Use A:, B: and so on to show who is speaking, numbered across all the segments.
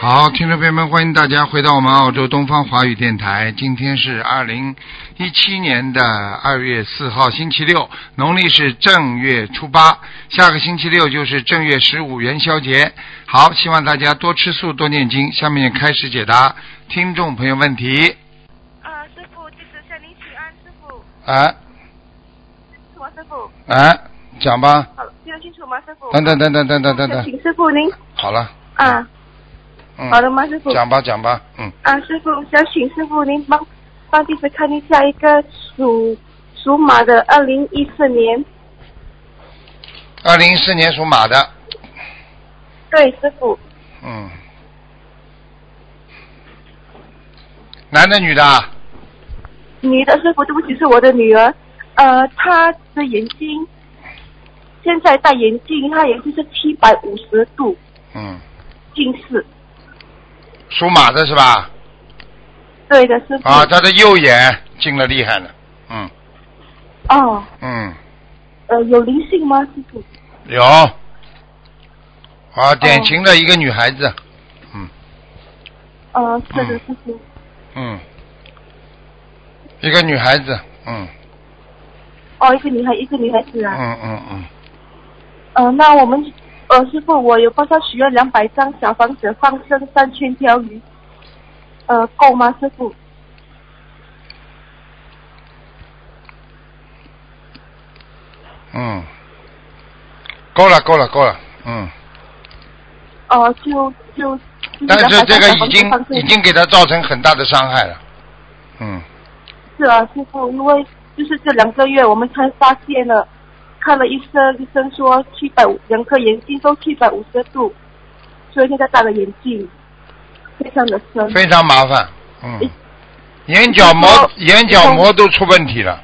A: 好，听众朋友们，欢迎大家回到我们澳洲东方华语电台。今天是二零一七年的二月四号，星期六，农历是正月初八。下个星期六就是正月十五元宵节。好，希望大家多吃素，多念经。下面开始解答听众朋友问题。
B: 呃，师傅，弟子向您请安，师傅，
A: 啊
B: 是吗？师傅，
A: 啊，讲吧。
B: 好，听得清楚吗？师傅，
A: 等等等等等等等等，
B: 请师傅您
A: 好了。
B: 啊，
A: 嗯，
B: 好的吗，师傅？
A: 讲吧讲吧，嗯，
B: 啊，师傅，想请师傅您帮帮弟子看一下一个属属马的二零一四年，
A: 二零一四年属马的，
B: 对，师傅，
A: 嗯，男的女的啊？
B: 女的师傅，对不起，是我的女儿，呃，她的眼睛现在戴眼镜，她眼睛是七百五十度
A: 嗯，
B: 近视，
A: 属马的是吧？
B: 对的，师傅，
A: 啊，他的右眼进了厉害了，嗯
B: 哦，
A: 嗯，
B: 呃，有灵性吗，师傅？
A: 有，啊，典型的一个女孩子，嗯
B: 呃，是
A: 嗯，
B: 的师傅。
A: 嗯，一个女孩子，嗯
B: 哦，一个女孩，一个女孩子啊。
A: 嗯嗯嗯，
B: 嗯、呃，那我们呃，师傅，我有帮他许愿两百张小房子放生三千条鱼，呃，够吗，师傅？
A: 嗯，够了够了够了，嗯，
B: 哦、就就就是
A: 但是
B: 200
A: 这
B: 张
A: 个
B: 小
A: 已
B: 房子
A: 经
B: 放生
A: 已经给他造成很大的伤害了，嗯
B: 是啊，师傅，因为就是这两个月我们才发现了，看了医生，医生说七百五，两颗眼睛都七百五十度，所以现在戴了眼镜，非常的深。
A: 非常麻烦，嗯
B: 哎，
A: 眼角膜
B: 说
A: 眼角膜都出问题了，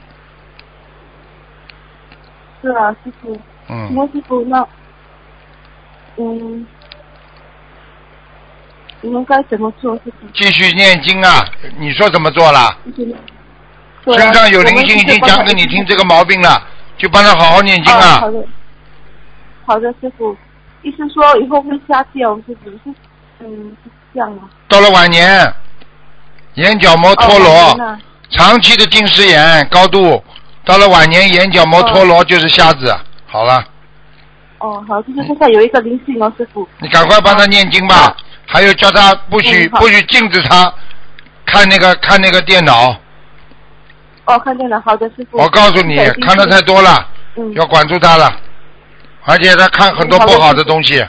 B: 是啊，师傅。
A: 嗯。
B: 请问师傅，那嗯，我们该怎么做师傅？
A: 继续念经啊！你说怎么做啦？
B: 就是啊
A: 身上有灵性已经讲给你听这个毛病了，就帮他好好念经啊
B: 哦好！的，好的，师傅。医生说以后会下掉，是不是？嗯，是这样吗？
A: 到了晚年，眼角膜脱
B: 哦
A: 落，长期的近视眼高度，到了晚年眼角膜脱落就是瞎子。啊好了，
B: 哦，好，就是现在有一个灵性哦，师傅。
A: 你赶快帮他念经吧
B: 好，
A: 还有叫他不许
B: 哦嗯好
A: 不许禁止他看那个看那个电脑。
B: 哦，看见了，好的，师傅。
A: 我告诉你
B: 现在已，经
A: 看的太多了，
B: 嗯，
A: 要管住他了，而且他看很多
B: 好的
A: 不好的
B: 师傅
A: 东西。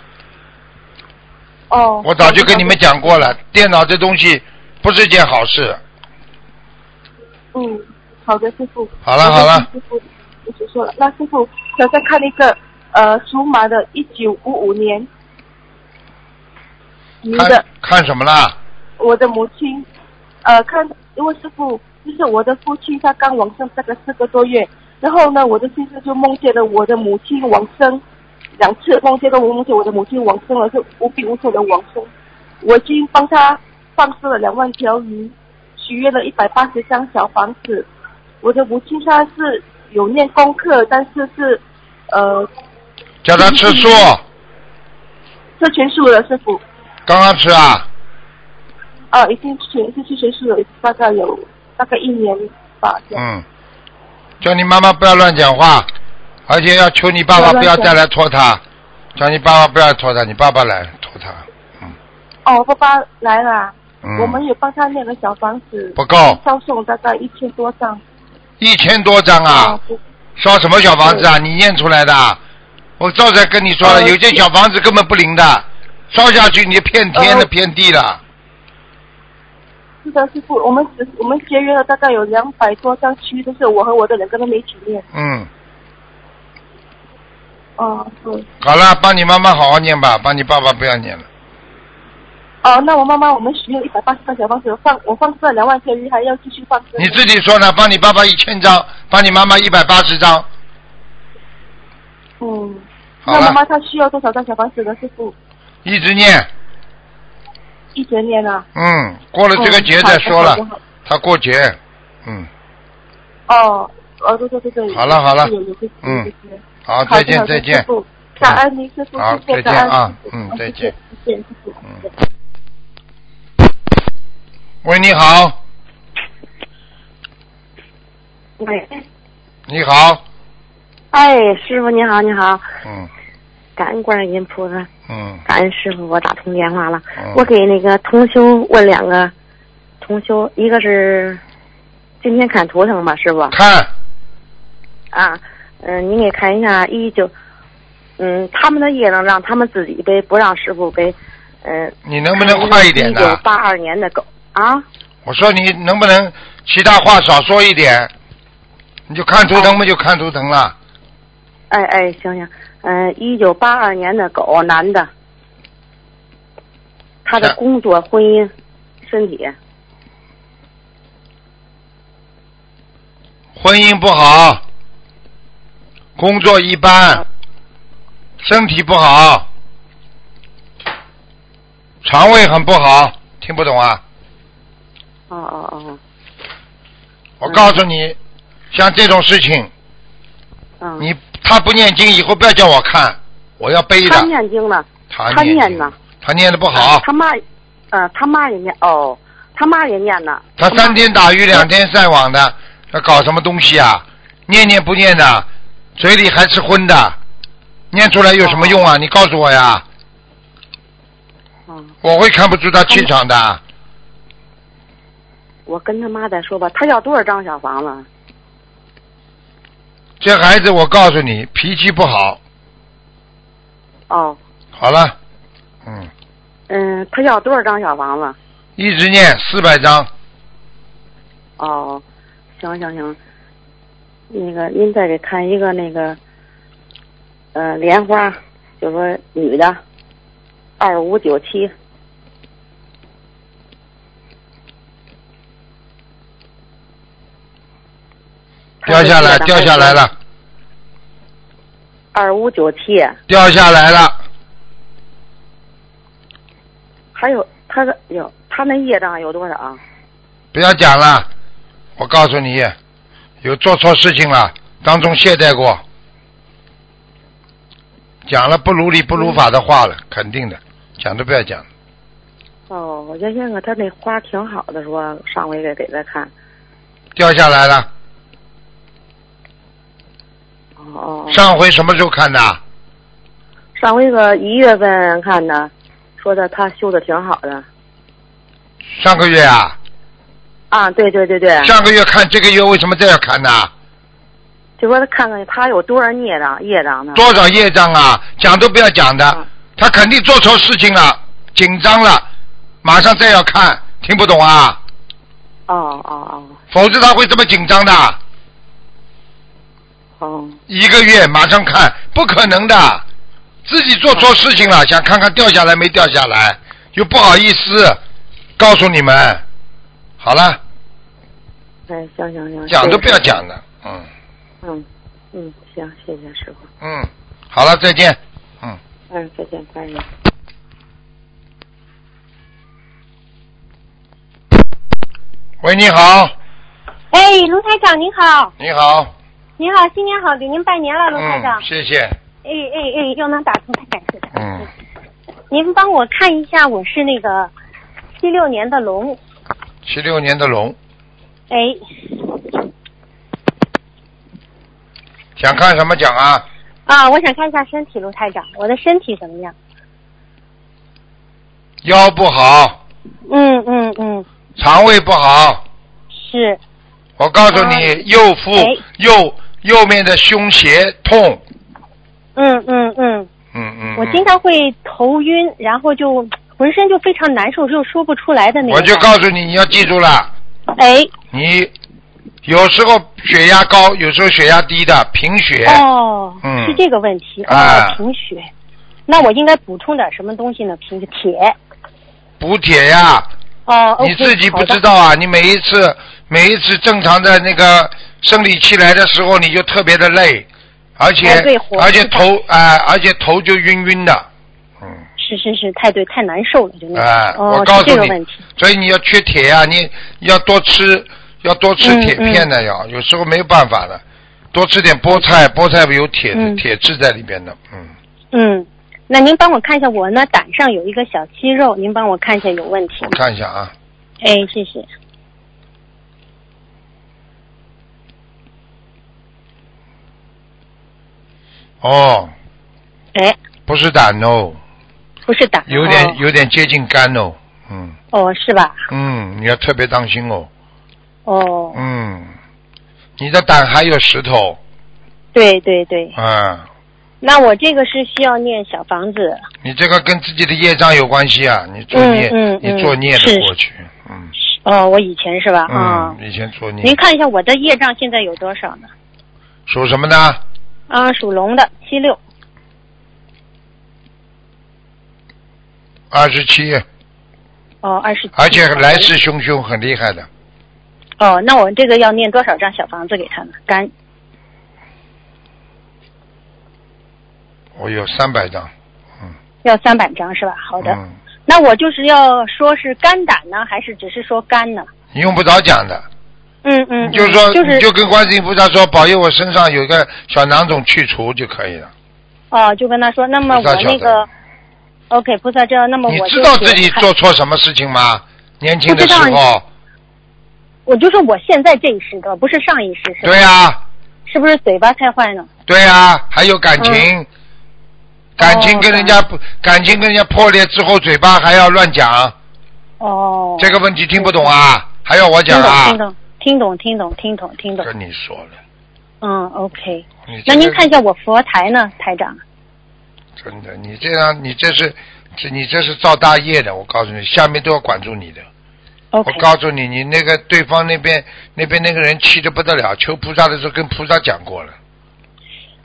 B: 哦。
A: 我早就跟你们讲过了，电脑这东西不是件好事。
B: 好的。好的嗯，好的，师傅。
A: 好了好了，
B: 师傅，我只说了。那师傅，想再看一个呃属马的，一九五五年，女的
A: 看，看什么啦？
B: 我的母亲，呃，看，因为师傅就是我的父亲，他刚往生大概四个多月，然后呢，我的先生就梦见了我的母亲往生两次，梦见都梦见我的母亲往生了，是无病无痛的往生。我已经帮他放生了两万条鱼，许愿了一百八十张小房子。我的母亲她是有念功课，但是是呃
A: 叫他吃 素，
B: 吃全素了，师傅，
A: 刚刚吃啊，
B: 啊，已经全是吃全素了，大概有大概一年吧。这样
A: 嗯。叫你妈妈不要乱讲话，而且要求你爸爸不
B: 不要
A: 要
B: 乱讲
A: 再来拖他，叫你爸爸不要拖他，你爸爸来拖他，嗯
B: 哦，爸爸来了，我们
A: 嗯，
B: 有帮他念了小房子，
A: 不够
B: 烧送大概一千多张。
A: 一千多张啊
B: 哦，，不
A: 烧什么小房子啊？你念出来的啊？我照才跟你说了，
B: 呃
A: 有些小房子根本不灵的，烧下去你就骗天了
B: 呃
A: 骗地了，
B: 是的，师傅，我们只我们节约了大概有两百多张区，都是我和我的两个妹妹一起念。
A: 嗯。
B: 哦，对。
A: 好了，帮你妈妈好好念吧，帮你爸爸不要念了。
B: 哦，那我妈妈，我们许愿一百八十张小房子，放我放这两万条鱼，还要继续放生。
A: 你自己说呢？帮你爸爸一千张，帮你妈妈一百八十张。
B: 嗯。
A: 好
B: 那
A: 了
B: 妈妈她需要多少张小房子呢？师傅，
A: 一直念。
B: 一整年啊。
A: 嗯，过了这个节
B: 嗯
A: 再说了
B: 好的好的好。
A: 他过节，嗯，
B: 哦，哦，对对对对。
A: 好了好了
B: 有有有
A: 嗯
B: 有有
A: 好，
B: 好
A: 再
B: 的好
A: 见
B: 的
A: 再
B: 师
A: 见。
B: 傅感恩您师傅，
A: 好
B: 谢
A: 再
B: 谢
A: 见
B: 感恩
A: 啊
B: 师傅
A: 嗯
B: 好
A: 再
B: 谢谢
A: 见
B: 再见，师傅。
A: 嗯
B: 再见
A: 喂，你好，
C: 喂，
A: 你好，
C: 哎，师傅你好，你好，
A: 嗯
C: 感恩观世音菩萨，
A: 嗯
C: 感恩师傅，我打通电话了。
A: 嗯
C: 我给那个同修问两个同修，一个是今天看图腾吧，师傅
A: 看
C: 啊，嗯、您给看一下一九，嗯，他们的业能让他们自己背，不让师傅背，嗯、
A: 你能
B: 哎
A: 不能快一点
C: 一
A: 呢、
C: 九八二年的狗啊，
A: 我说你能不能其他话少说一点？你就看图腾不就看图腾了？
C: 哎哎，行行，嗯、一九八二年的狗，男的，他的
A: 是
C: 工作、婚姻、身体。
A: 婚姻不好，工作一般，身体不好，肠胃很不好，听不懂啊？
C: 哦哦哦，
A: 我告诉你，像这种事情，
C: 嗯，
A: 你他不念经以后不要叫我看，我要背
C: 他
A: 的。
C: 念经呢，
A: 他
C: 他
A: 念
C: 念
A: 经
C: 呢，
A: 他念啊的不好，
C: 他妈，呃，他妈也念，哦，他妈也念呢，
A: 他
C: 妈
A: 三天打鱼两天晒网的，他搞什么东西啊？念念不念的，嘴里还吃荤的，念出来有什么用啊？你告诉我呀，
C: 嗯，
A: 我会看不出他气场的。
C: 我跟他妈再说吧，他要多少张小房子？
A: 这孩子，我告诉你，脾气不好。
C: 哦，
A: 好了，嗯，
C: 嗯，他要多少张小房子？
A: 一直念四百章，
C: 哦，行行行，那个您再给看一个那个，呃，莲花，就说女的，二五九七，
A: 掉下来，掉下来。了，
C: 二五九七，
A: 掉下来了。
C: 还有他的有他那业障有多少？啊
A: 不要讲了，我告诉你，有做错事情了，当中懈怠过，讲了不如理不如法的话了，肯定的，讲都不要讲。
C: 哦，我原先看他那花挺好的，说上回给给他看。
A: 掉下来了，
C: 哦哦，哦
A: 上回什么时候看的？
C: 上回个一月份看的，说的他修的挺好的。
A: 上个月啊，
C: 啊，对对对对，
A: 上个月看，这个月为什么这样看呢？
C: 就说他看看他有多少孽障业障呢？
A: 多少业障啊，讲都不要讲的
C: 嗯，
A: 他肯定做错事情了，紧张了，马上再要看，听不懂啊？
C: 哦哦
A: 否则他会这么紧张的。
C: 哦哦，
A: 一个月马上看，不可能的，自己做错事情了，想看看掉下来没掉下来，又不好意思告诉你们。好了，
C: 哎，行行行，
A: 讲都
C: 谢谢
A: 不要讲了，嗯
C: 嗯嗯，行，谢谢师傅，
A: 嗯，好了，再见，嗯。
C: 嗯，再见，拜拜。
A: 喂，你好，
D: 哎，卢台长您好，
A: 你好，
D: 您好，新年好，给您拜年了，卢台长
A: 嗯，。谢谢，
D: 哎哎哎，又能打通，太感谢了。
A: 嗯，
D: 您帮我看一下，我是那个七六年的龙，
A: 七六年的龙，
D: 哎，
A: 想看什么讲啊？
D: 啊，我想看一下身体，卢台长，我的身体怎么样？
A: 腰不好，
D: 嗯嗯嗯，
A: 肠胃不好，
D: 是，
A: 我告诉你，右腹
D: 哎
A: 右右面的胸胁痛，
D: 嗯嗯嗯，
A: 嗯嗯，
D: 我
A: 嗯
D: 经常会头晕，然后就浑身就非常难受，就说不出来的那种。
A: 我就告诉你，你要记住了，
D: 哎，
A: 你有时候血压高，有时候血压低的贫血，
D: 哦，
A: 嗯
D: 是这个问题，
A: 啊
D: 哦，贫血。那我应该补充点什么东西呢？贫血铁。
A: 补铁呀，
D: 哦，
A: 你自己不知道啊。你每一次每一次正常的那个生理期来的时候，你就特别的累，而且、
D: 哎对火
A: 而且
D: 是吧
A: 头啊、而且头就晕晕的，嗯，
D: 是是是，太对，太难受了，就那种。
A: 哎、
D: 哦
A: 我，告
D: 是
A: 诉
D: 这个
A: 你
D: 问题。，
A: 所以你要缺铁呀、你要多吃要多吃
D: 嗯
A: 铁片的要，有时候没有办法的。多吃点菠菜，菠菜有铁、
D: 嗯
A: 铁质在里边的，嗯。
D: 嗯，那您帮我看一下我呢，胆上有一个小息肉，您帮我看一下有问题
A: 我
D: 吗？
A: 看一下啊，
D: 哎，谢谢。
A: 哦，
D: 哎，
A: 不是胆哦，
D: 不是胆，
A: 有点、
D: 哦
A: 有点接近肝哦，嗯
D: 哦，是吧？
A: 嗯，你要特别当心哦，
D: 哦，
A: 嗯，你的胆还有石头，
D: 对对对，
A: 啊，
D: 那我这个是需要念小房子，
A: 你这个跟自己的业障有关系啊，你作孽，
D: 嗯嗯嗯
A: 你作孽
D: 是
A: 的过去，嗯
D: 哦，我以前是吧？啊、
A: 嗯，以前作孽
D: 您，看一下我的业障现在有多少呢？
A: 属什么呢？
D: 啊，属龙的七六，
A: 二十七，
D: 哦，二十，
A: 而且来势汹汹，很厉害的，
D: 哦，那我这个要念多少张小房子给他呢？干
A: 我有三百张，
D: 要三百张是吧？好的，
A: 嗯，
D: 那我就是要说是肝胆呢，还是只是说肝呢？
A: 你用不着讲的，
D: 嗯嗯，嗯
A: 你就说
D: 就
A: 你
D: 是
A: 就跟观世音菩萨说，保佑我身上有一个小囊肿去除就可以了。
D: 哦，就跟他说，那么
A: 菩萨
D: 我
A: 晓
D: 那
A: 得
D: 个，OK，菩萨知道，那么
A: 你
D: 我
A: 知
D: 就
A: 道
D: 是
A: 自己
D: 看，
A: 做错什么事情吗？年轻
D: 不
A: 的
D: 知
A: 时
D: 道
A: 候，
D: 我就说我现在这一世的，不是上一世，是吧
A: 对呀、
D: 是不是嘴巴太坏呢？
A: 对呀、还有感情，
D: 嗯
A: 感情跟人家
D: 哦
A: 不、感情跟人家破裂之后，嘴巴还要乱讲，
D: 哦，
A: 这个问题听不懂啊？还要我讲啊
D: 听？懂听懂听懂听懂听懂听懂，
A: 跟你说了，
D: 嗯，OK，
A: 你这
D: 那
A: 个
D: 您看一下我佛台呢，台长。
A: 真的，你这样你这是这你这是造大业的，我告诉你，下面都要管住你的。
D: OK，
A: 我告诉你，你那个对方那边那边那个人气的不得了，求菩萨的时候跟菩萨讲过了。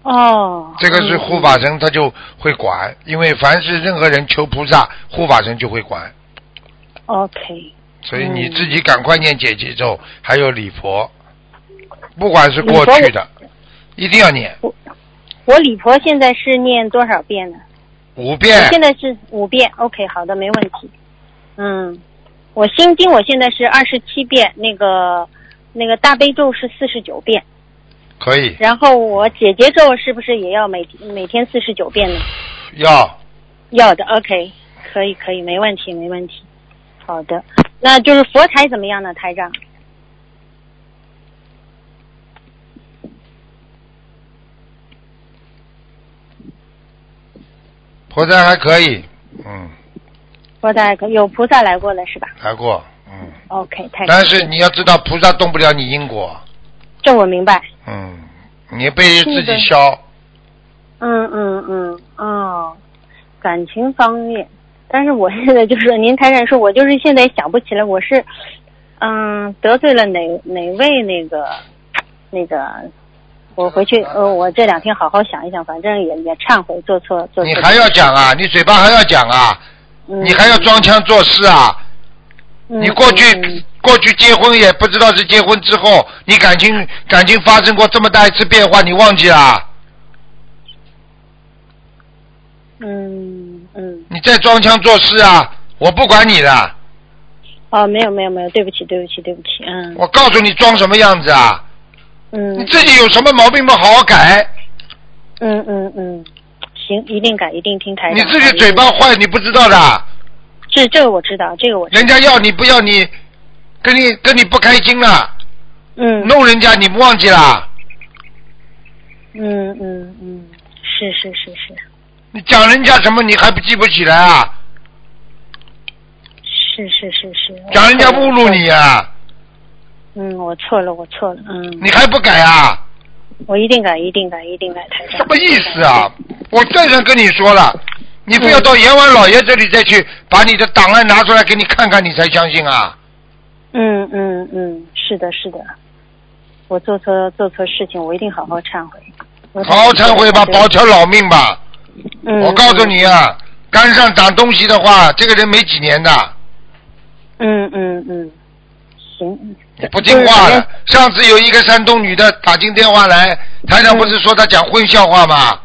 D: 哦，
A: 这个是护法神，他就会管，因为凡是任何人求菩萨，护法神就会管。
D: 嗯 OK，
A: 所以
D: 嗯
A: 你自己赶快念解结咒，还有礼佛，不管是过去的，一定要念
D: 我礼佛现在是念多少遍呢？
A: 五
D: 我
A: 遍。
D: 现在是五遍，OK，好的，没问题。嗯，我心经我现在是二十七遍，那个那个大悲咒是四十九遍，
A: 可以，
D: 然后我姐姐咒是不是也要每每天四十九遍呢？
A: 要
D: 要的，OK，可以可以，没问题没问题。好的，那就是佛台怎么样呢，台长？
A: 菩萨还可以，嗯，
D: 佛台可有菩萨来过了是吧
A: 来过，嗯，
D: ？OK，太
A: 但是你要知道，菩萨动不了你因果，
D: 这我明白。
A: 嗯，你被自
D: 是的
A: 己消，
D: 嗯嗯嗯，哦，感情方面，但是我现在就是您台长说，我就是现在想不起来，我是嗯得罪了哪哪位那个那个，我回去呃，我这两天好好想一想，反正也也忏悔做错做错。
A: 你还要讲啊，你嘴巴还要讲啊，
D: 嗯，
A: 你还要装腔作势啊，
D: 嗯
A: 你过去、
D: 嗯
A: 过去结婚也不知道是结婚之后，你感情感情发生过这么大一次变化，你忘记啦？
D: 嗯嗯
A: 你再装腔作势啊！我不管你的，
D: 哦，没有没有没有，对不起对不起对不起，嗯
A: 我告诉你装什么样子啊！你
D: 嗯
A: 自己有什么毛病不好好改，
D: 嗯嗯嗯，行，一定改一定听台
A: 你
D: 长。嗯
A: 自己嘴巴坏你不知道的，
D: 这这个我知道，这个我知道
A: 人家要你不要你，跟你跟你不开心了，
D: 嗯。
A: 弄人家你忘记啦？
D: 嗯嗯，嗯，是是是是
A: 你讲人家什么你还不记不起来啊？
D: 是是是是。
A: 讲人家侮辱你啊，
D: 嗯，我错了，我错了，嗯，
A: 你还不改啊？
D: 我一定改，一定改，一定改，台长。
A: 什么意思啊？我再三跟你说了，你非要到阎王老爷这里再去把你的档案拿出来给你看看，你才相信啊！
D: 嗯？嗯嗯嗯，是的，是的，我做错做错事情，我一定好好忏悔。我
A: 好好忏悔吧，保条老命吧！
D: 嗯，
A: 我告诉你啊，肝上长东西的话，这个人没几年的，
D: 嗯。嗯嗯嗯，行。
A: 你不听话
D: 就是
A: 了。上次有一个山东女的打进电话来，台长不是说她讲荤笑话吗？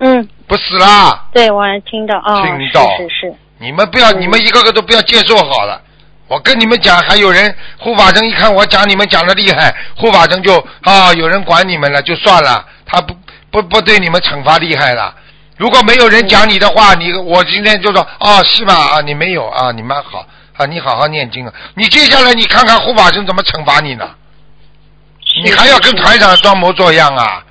D: 嗯，
A: 不死啦！
D: 对，我还听到啊，
A: 听到
D: 是是是，
A: 你们不要，
D: 嗯
A: 你们一个个都不要接受好了。我跟你们讲，还有人护法神一看我讲你们讲的厉害，护法神就啊，有人管你们了，就算了，他不不不对你们惩罚厉害了。如果没有人讲你的话，你我今天就说哦是吧啊你没有啊你蛮好啊，你好好念经啊！你接下来你看看护法神怎么惩罚你呢？你还要跟台长装模作样啊？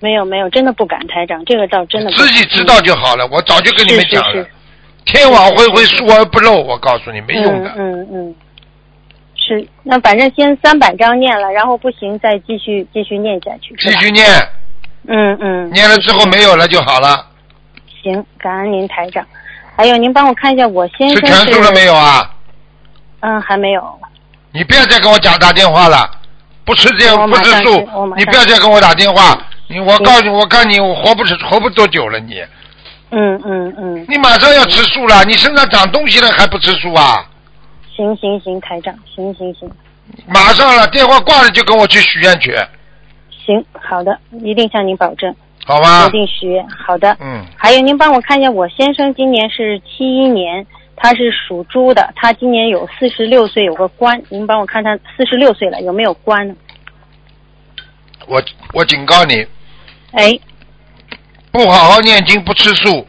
D: 没有没有，真的不敢，台长，这个倒真的不敢嗯
A: 自己知道就好了。我早就跟你们讲
D: 是是
A: 了
D: 是，
A: 天网恢恢，疏而不漏。我告诉你，没用的。
D: 嗯嗯嗯，是，那反正先三百章念了，然后不行再继续继续念下去。
A: 继
D: 是吧
A: 续念，
D: 嗯嗯，
A: 念了之后没有了就好了。
D: 行，感恩您台长。还有您帮我看一下我先
A: 吃
D: 生
A: 全素了没有啊？
D: 嗯，还没有。
A: 你不要再跟我讲打电话了，不吃这
D: 我
A: 不
D: 哦马
A: 吃
D: 上
A: 素
D: 吃我，马
A: 你
D: 上嗯
A: 不要再跟我打电话。你我告诉你，我告诉你，我活不活不多久了你。
D: 嗯嗯嗯，
A: 你马上要吃素了，你身上长东西了还不吃素啊？
D: 行行行，台长，行行行
A: 马上了，电话挂了就跟我去许愿去，
D: 行，好的，一定向您保证，
A: 好
D: 决
A: 吧？
D: 定许愿。好的，
A: 啊嗯，
D: 还有您帮我看一下，我先生今年是七一年，他是属猪的，他今年有四十六岁，有个官，您帮我看他四十六岁了有没有官呢？
A: 我我警告你，
D: 哎，
A: 不好好念经，不吃素，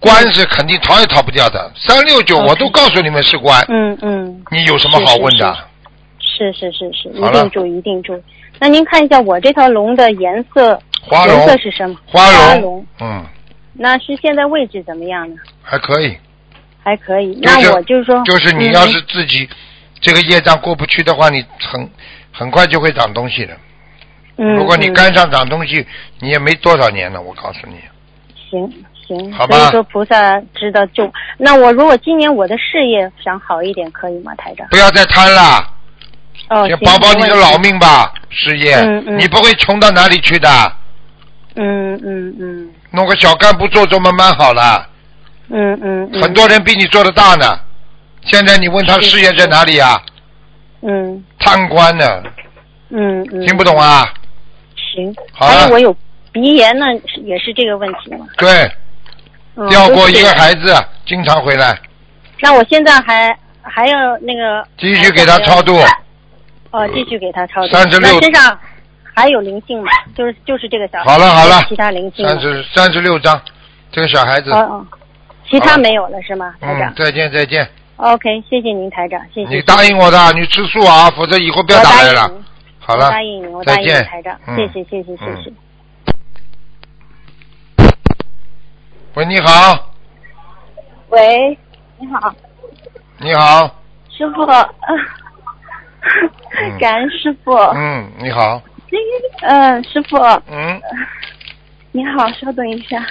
A: 官是肯定逃也逃不掉的。三六九
D: OK
A: 我都告诉你们是官，
D: 嗯嗯，
A: 你有什么好问的？
D: 是是是是，一
A: 好了
D: 定注意一定注意。那您看一下我这条龙的颜色，
A: 花
D: 颜色
A: 龙，
D: 是什么？
A: 花
D: 花
A: 龙
D: 龙，
A: 嗯，
D: 那是现在位置怎么样呢？
A: 还可以。
D: 还可以。
A: 就是
D: 那我就是说，
A: 就是你
D: 嗯
A: 要是自己这个业障过不去的话，你很很快就会长东西的。
D: 嗯，
A: 如果你
D: 嗯
A: 肝上长东西，你也没多少年了，我告诉你。
D: 行行，
A: 好吧
D: 所以说菩萨知道救。那我如果今年我的事业想好一点，可以吗，台长？
A: 不要再贪了，
D: 哦，
A: 先
D: 行
A: 保保你的老。
D: 没问题
A: 命吧，事业，
D: 嗯嗯
A: 你不会穷到哪里去的。
D: 嗯嗯嗯
A: 弄个小干部做做慢慢好了，
D: 嗯嗯嗯。
A: 很。多人比你做的大呢。现在你问他
D: 是
A: 事业在哪里啊？
D: 嗯
A: 贪官呢？
D: 嗯嗯。
A: 听不懂。啊？
D: 行。
A: 好
D: 还
A: 了
D: 有我有鼻炎呢，是也是这个问题吗？
A: 对，
D: 嗯
A: 掉过一个。
D: 都是这
A: 孩子，经常回来，
D: 那我现在还还要那个。
A: 继续给他超度。
D: 哦，继续给他超度。
A: 36
D: 那身上还有灵性吗？就是就是这个小孩。
A: 好了好了
D: 其他灵性吗。
A: 三十三十六章，这个小孩子
D: 哦，哦，其他没有了是吗，台长
A: 嗯，？再见再见，
D: OK，谢谢您，台长，谢谢。
A: 你答应我的，你吃素啊，否则以后不要
D: 我
A: 打
D: 答
A: 来
D: 应
A: 了。
D: 您，
A: 好了
D: 我答应您，我答
A: 再
D: 应您，
A: 见
D: 台长，，
A: 嗯
D: 谢谢，谢谢，谢谢。
A: 喂，你好，
B: 喂，你好，
A: 你好，
D: 哦
B: 师傅， 感恩师傅，
A: 嗯，你好，
B: 嗯，师傅，
A: 嗯，
B: 你好，稍等一下。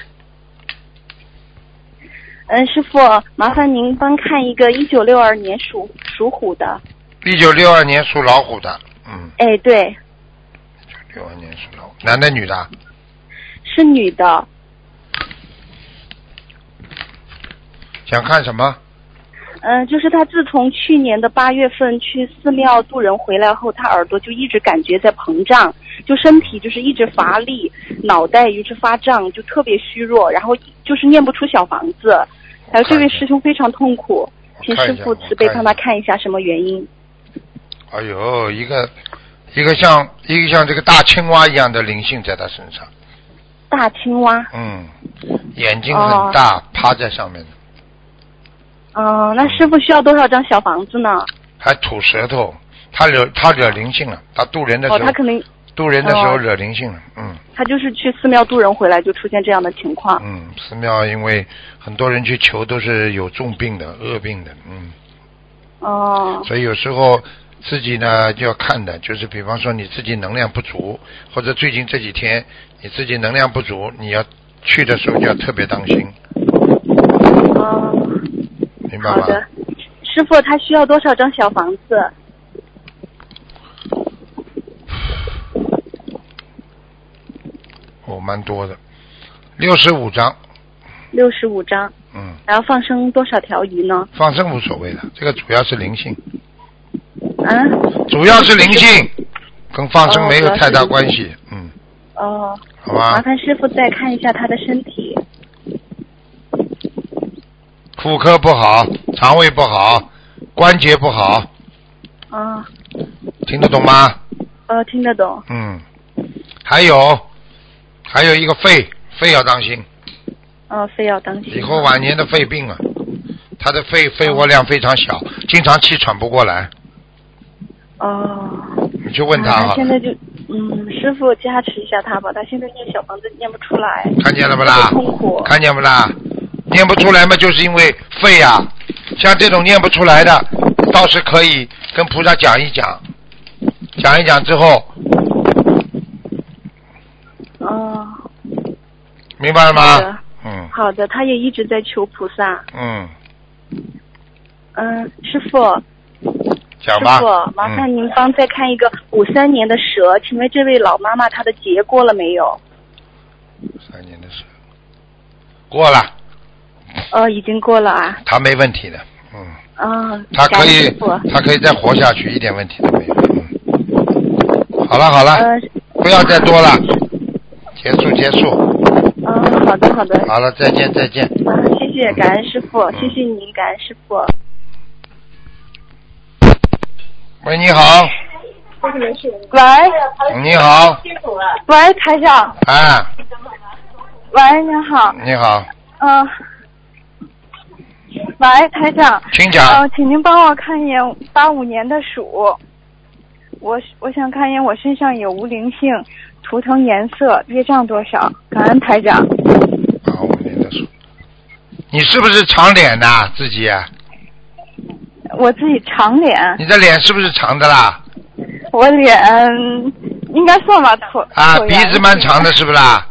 B: 嗯，师傅，麻烦您帮看一个一九六二年属属虎的。
A: 一九六二年属老虎的，嗯，
B: 哎，对，
A: 六二年属老虎，男的啊女的？
B: 是女的，
A: 想看什么？
B: 嗯，就是她自从去年的八月份去寺庙渡人回来后，她耳朵就一直感觉在膨胀，就身体就是一直乏力，脑袋一直发胀，就特别虚弱，然后就是念不出小房子。还有这位师兄非常痛苦，请师傅慈悲帮他
A: 他。
B: 看一下什么原因。
A: 哎呦，一个一个像一个像这个大青蛙一样的灵性在他身上，
B: 大青蛙，
A: 嗯，眼睛很大，
B: 哦
A: 趴在上面的，
B: 嗯、那师傅需要多少张小房子呢？
A: 还吐舌头，他惹他惹灵性了，他渡人的时
B: 哦，
A: 候、
B: 他可能
A: 渡人的时候
B: 哦
A: 惹灵性了，嗯
B: 他就是去寺庙渡人回来就出现这样的情况。
A: 嗯，寺庙因为很多人去求都是有重病的、恶病的，嗯，
B: 哦、
A: 所以有时候自己呢就要看的，就是比方说你自己能量不足，或者最近这几天你自己能量不足，你要去的时候就要特别当心，
B: 哦、
A: 明白
B: 好
A: 吗？
B: 的。师傅，他需要多少张小房子？
A: 哦，蛮多的，六十五张，
B: 六十五张，
A: 嗯，
B: 然后放生多少条鱼呢？
A: 放生无所谓的，这个主要是灵性，
B: 啊？
A: 主要是灵性，
D: 哦
A: 跟放生没有太大关系，嗯，
B: 哦、
A: 好
B: 麻
A: 吧，
B: 烦师傅再看一下他的身体。
A: 妇科不好，肠胃不好，关节不好，
B: 啊、
A: 听得懂吗？
D: 哦
B: 呃，听得懂。
A: 嗯，还有，还有一个肺，肺要当心，
D: 哦
B: 嗯、非要当心。
A: 以后晚年的肺病啊，他的肺肺活量非常小，经常气喘不过来。
D: 哦，
A: 你去问他
D: 啊
A: 好
D: 现
A: 了，
D: 在就，嗯，师傅加持一下他吧，他现在念小房子念不出来，
A: 看见了不啦
D: 特别痛苦？
A: 看见不啦？念不出来嘛，就是因为肺呀、像这种念不出来的，倒是可以跟菩萨讲一讲，讲一讲之后，
D: 哦，
A: 明白了吗
D: 好的？
A: 嗯
D: 好的，他也一直在求菩萨。
A: 嗯，
D: 嗯，师傅，
A: 讲
D: 师
A: 吧。
D: 傅，麻
A: 嗯
D: 烦您帮再看一个五三年的蛇，请问这位老妈妈她的结过了没有？
A: 三年的事过了，
D: 呃，已经过了啊。
A: 他没问题的，嗯，
D: 嗯，
A: 他可
D: 感恩
A: 以
D: 师傅，
A: 他可以再活下去，一点问题都没有。嗯，好了好了，
D: 呃，
A: 不要再多了，结束结束，
D: 嗯，好的好的，
A: 好了，再见再见。
D: 嗯，谢谢，感恩师傅，
A: 嗯
D: 谢谢您，感恩师傅。
A: 喂，你好，
E: 喂
A: 你好，
E: 喂，台长，
A: 啊，
E: 喂，你好，
A: 你好，
E: 嗯、喂，台长，
A: 请
E: 呃
A: 讲，，
E: 请您帮我看一眼八五年的鼠，我我想看一眼我身上有无灵性，图腾颜色，业障多少？感恩台长。
A: 啊，我那个说，你是不是长脸呐？自己，啊
E: 我自己长脸，
A: 你的脸是不是长的啦？
E: 我脸嗯应该算吧，椭
A: 啊，
E: 椭
A: 鼻
E: 圆
A: 子蛮长的，是不是啦？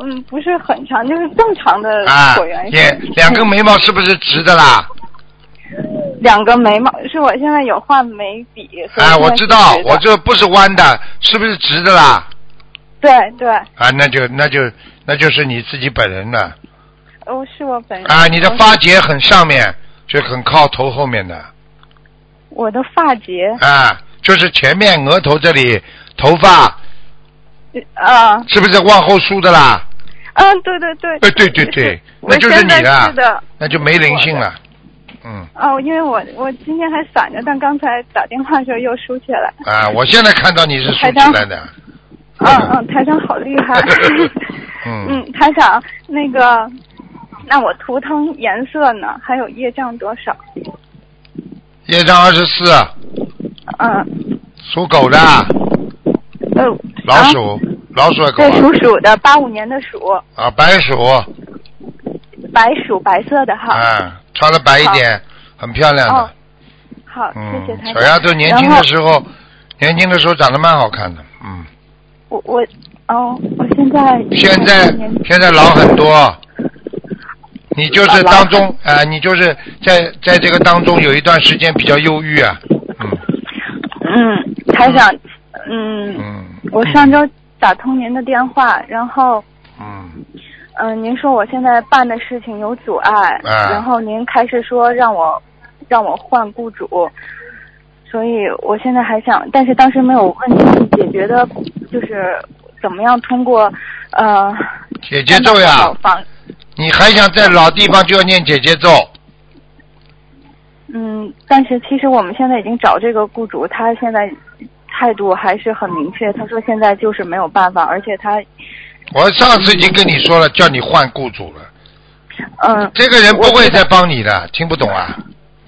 E: 嗯，不是很长，就是正常的
A: 啊
E: 椭圆，形。
A: 也两根眉毛是不是直的 啦？
E: 两个眉毛，是我现在有画眉笔。所以
A: 哎，
E: 现在
A: 我
E: 是
A: 知道
E: 直，的
A: 我这不是弯的，是不是直的啦？
E: 对对，
A: 啊，那就那就那就是你自己本人了
E: 哦，是我本人。
A: 啊！你的
E: 我
A: 发节很上面，就很靠头后面的
E: 我的发节
A: 啊，就是前面额头这里头发
E: 啊，
A: 是不是往后梳的啦？
E: 嗯，对对对。
A: 哎，对对对，
E: 我
A: 那就是
E: 现
A: 你
E: 在
A: 了
E: 是，的，
A: 那就没灵性了。嗯
E: 哦，因为我我今天还散着，但刚才打电话的时候又梳起来。
A: 啊，我现在看到你是梳
E: 台
A: 起
E: 长
A: 来的，。
E: 嗯嗯，台长好厉害
A: 嗯
E: 嗯，台长那个，那我图腾颜色呢？还有业障多少？
A: 业障二十四，
E: 嗯
A: 属狗的，
E: 啊呃，
A: 老鼠，老鼠还是狗
E: 对，
A: 啊
E: 属鼠的，八五年的鼠，
A: 啊，白鼠。
E: 白鼠，白色的哈。
A: 啊，穿的白一点，很漂亮的。
E: 哦，好，
A: 嗯，
E: 谢谢台
A: 小
E: 长。
A: 丫头年轻
E: 然
A: 的
E: 后
A: 时候，年轻的时候长得蛮好看的，嗯。
E: 我我哦，我现在
A: 现在现在老很多，你就是当中啊、你就是在在这个当中有一段时间比较忧郁啊，嗯
E: 嗯，台长，嗯，
A: 嗯
E: 我上周打通您的电话，然后
A: 嗯
E: 嗯、呃您说我现在办的事情有阻碍，
A: 啊
E: 然后您开始说让我让我换雇主，所以我现在还想，但是当时没有问题解决的，就是怎么样通过呃
A: 姐姐咒呀
E: 找，房
A: 你还想在老地方就要念姐姐咒，
E: 嗯，但是其实我们现在已经找这个雇主，他现在态度还是很明确。他说现在就是没有办法，而且他，
A: 我上次已经跟你说了，叫你换雇主了，
E: 嗯，
A: 这个人不会再帮你的，听不懂啊？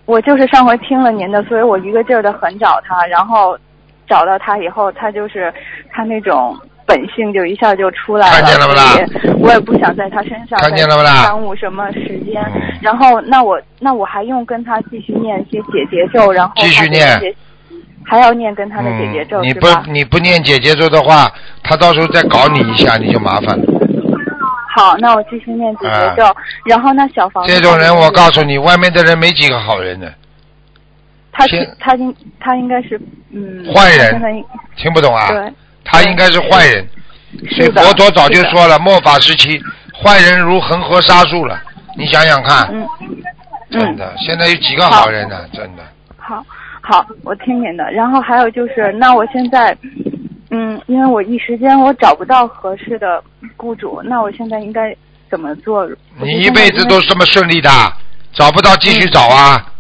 E: 我就是上回听了您的，所以我一个劲儿的很找他，然后找到他以后，他就是他那种本性就一下就出来了。
A: 看见了不啦？
E: 我也不想在他身上
A: 看见了不啦
E: 再耽误什么时间。
A: 嗯
E: 然后，那我那我还用跟他继续念一些解结咒，然后
A: 继续
E: 他就
A: 念
E: 解，还要念跟他的解结咒、
A: 嗯、你
E: 是
A: 不
E: 吧？
A: 你不念姐姐咒的话，他到时候再搞你一下，你就麻烦了。
E: 好，那我继续念姐姐咒。
A: 啊
E: 然后那小房子
A: 这种人，我告诉你，外面的人没几个好人的，
E: 他
A: 先
E: 是他应他应该是嗯
A: 坏人
E: 他现在应
A: 听不懂啊？
E: 对
A: 他应该是坏人。所以
E: 是的
A: 佛陀早就是
E: 的
A: 说了，末法时期，坏人如恒河沙数了。你想想看，
E: 嗯
A: 真
E: 嗯
A: 的，现在有几个好人呢、真的，
E: 好好，我听您的。然后还有就是，那我现在嗯，因为我一时间我找不到合适的雇主，那我现在应该怎么做？我就嗯
A: 你一
E: 现在
A: 辈
E: 因
A: 子
E: 为
A: 都这么顺利的，找不到继续找啊，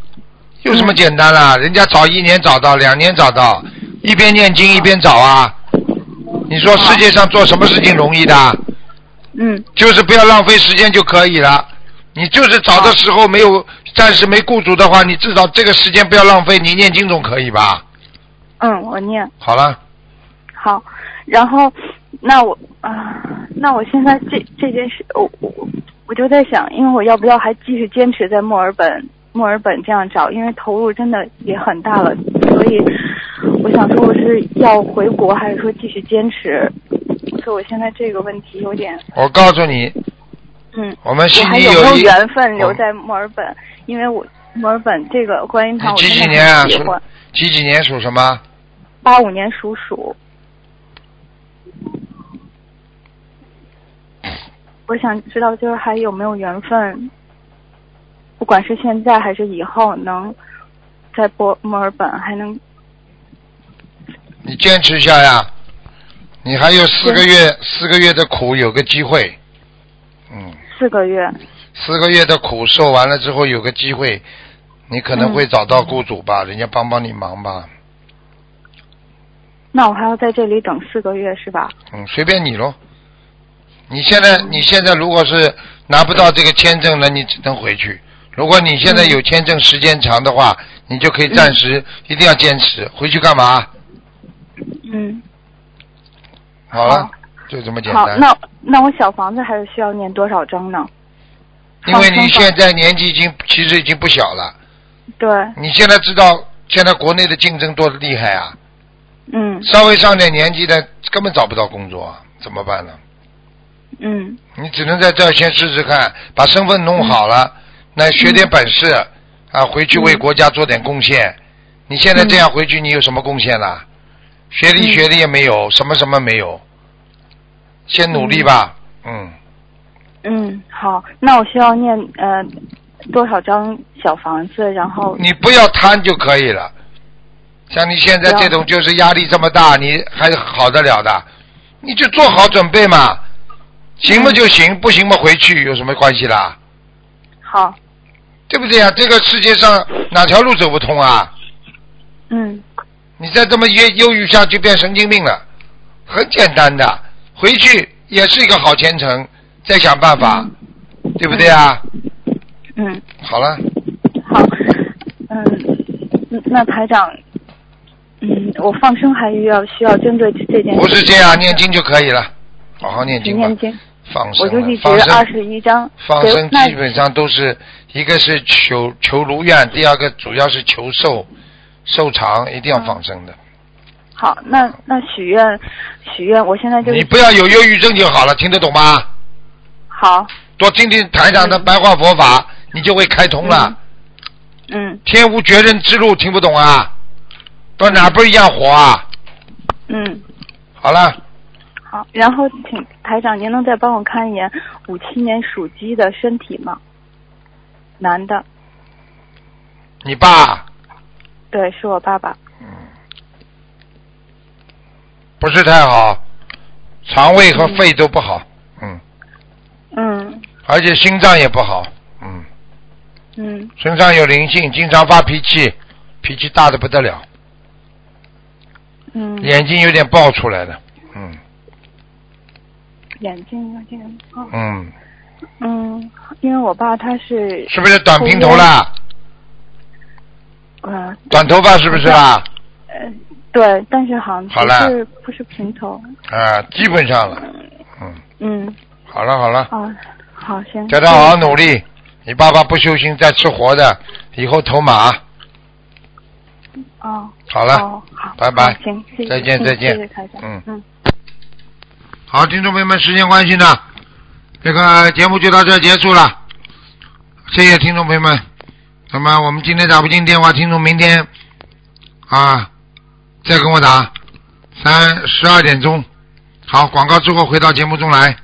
A: 有
E: 嗯
A: 什么简单啦、人家找一年找到，两年找到，一边念经一边找啊。你说世界上做什么事情容易的？
E: 嗯
A: 就是不要浪费时间就可以了。你就是找的时候没有暂时没顾住的话，你至少这个时间不要浪费，你念经总可以吧？
E: 嗯，我念
A: 好了，
E: 好，然后那我啊、那我现在这这件事，我我我就在想，因为我要不要还继续坚持在墨尔本墨尔本这样找？因为投入真的也很大了，所以我想说，我是要回国，还是说继续坚持？所以我现在这个问题有点，
A: 我告诉你，
E: 嗯，
A: 我们悉
E: 我还
A: 尼
E: 有没有
A: 一
E: 缘分留
A: 嗯
E: 在墨尔本？因为我墨尔本这个观音堂，我
A: 你几
E: 真
A: 几
E: 的
A: 年啊
E: 很喜
A: 属
E: 欢。
A: 几几年属什么？
E: 八五年属鼠。我想知道，就是还有没有缘分，不管是现在还是以后，能在墨墨尔本还能
A: 你坚持一下呀，你还有四个月，四个月的苦有个机会，嗯，
E: 四个月。
A: 四个月的苦受完了之后有个机会，你可能会找到雇主吧，
E: 嗯
A: 人家帮帮你忙吧，
E: 那我还要在这里等四个月是吧？
A: 嗯，随便你咯。你现在
E: 嗯
A: 你现在如果是拿不到这个签证呢，你只能回去。如果你
E: 嗯
A: 现在有签证时间长的话，你就可以暂时一定要坚持回去干嘛？
E: 嗯，
A: 好了，就这么简
E: 好，
A: 单。
E: 那那我小房子还是需要念多少章呢？
A: 因为你
E: 放松
A: 现在年纪已经其实已经不小了，
E: 对，
A: 你现在知道现在国内的竞争多得厉害啊，
E: 嗯
A: 稍微上点年纪的根本找不到工作，啊，怎么办呢？
E: 嗯
A: 你只能在这儿先试试看，把身份弄好了，那学点本事、啊，回去为国家做点贡献。你现在这样回去，你有什么贡献啦、学历
E: 嗯
A: 学历也没有，什么什么没有，先努力吧，嗯，
E: 嗯，好，那我需要念呃多少张小房子，然后
A: 你不要贪就可以了。像你现在这种就是压力这么大，你还好得了的？你就做好准备嘛，行嘛就行，不行嘛回去有什么关系啦？
E: 好，
A: 对不对呀、这个世界上哪条路走不通啊？
E: 嗯
A: 你再这么忧忧郁下去，变神经病了。很简单的，回去也是一个好前程，再想办法，对不对啊？
E: 嗯，
A: 好了，
E: 好，嗯，那台长，嗯，我放生还要需要针对这件事
A: 不是这样，念经就可以了，好好念
E: 只
A: 经吧
E: 念，经，
A: 放生
E: 我就一
A: 了，
E: 直
A: 放
E: 二
A: 生，
E: 十一章，
A: 放
E: 对
A: 生
E: 那
A: 基本上都是一个是求求如愿，第二个主要是求寿寿长，一定要放生的。
E: 嗯好，那那许愿，许愿，我现在就是
A: 你不要有忧郁症就好了，听得懂吗？
E: 好，
A: 多听听台长的白话佛法，你就会开通了。
E: 嗯
A: 天无绝人之路，听不懂啊？到哪不一样活啊？
E: 嗯，
A: 好了，
E: 好，然后请台长您能再帮我看一眼五七年属鸡的身体吗？男的，
A: 你爸
E: 对，是我爸爸，
A: 不是太好，肠胃和肺都不好，嗯，
E: 嗯
A: 而且心脏也不好，嗯，
E: 嗯，
A: 身上有灵性，经常发脾气，脾气大的不得了，
E: 嗯，
A: 眼睛有点爆出来了，嗯
E: 眼睛有点哦，
A: 嗯，
E: 嗯，因为我爸他是
A: 是不是短平头啦？
E: 呃
A: 短头发是不是啊啦？
E: 呃对，但是好像
A: 好
E: 不
A: 了
E: 是不是平头，
A: 啊，基本上了，嗯，
E: 嗯
A: 好了好了，
E: 啊好行，嗯
A: 叫他好好努力。你爸爸不修心，再吃活的，以后投马。
E: 哦
A: 好了。
E: 哦好，
A: 拜拜
E: 好行，谢谢
A: 再见
E: 嗯
A: 再见
E: 谢谢台长，
A: 嗯
E: 嗯。
A: 好，听众朋友们，时间关系呢，这个节目就到这儿结束了，谢谢听众朋友们。那么我们今天打不进电话，听众明天啊再跟我打，三十二点钟。好，广告之后回到节目中来。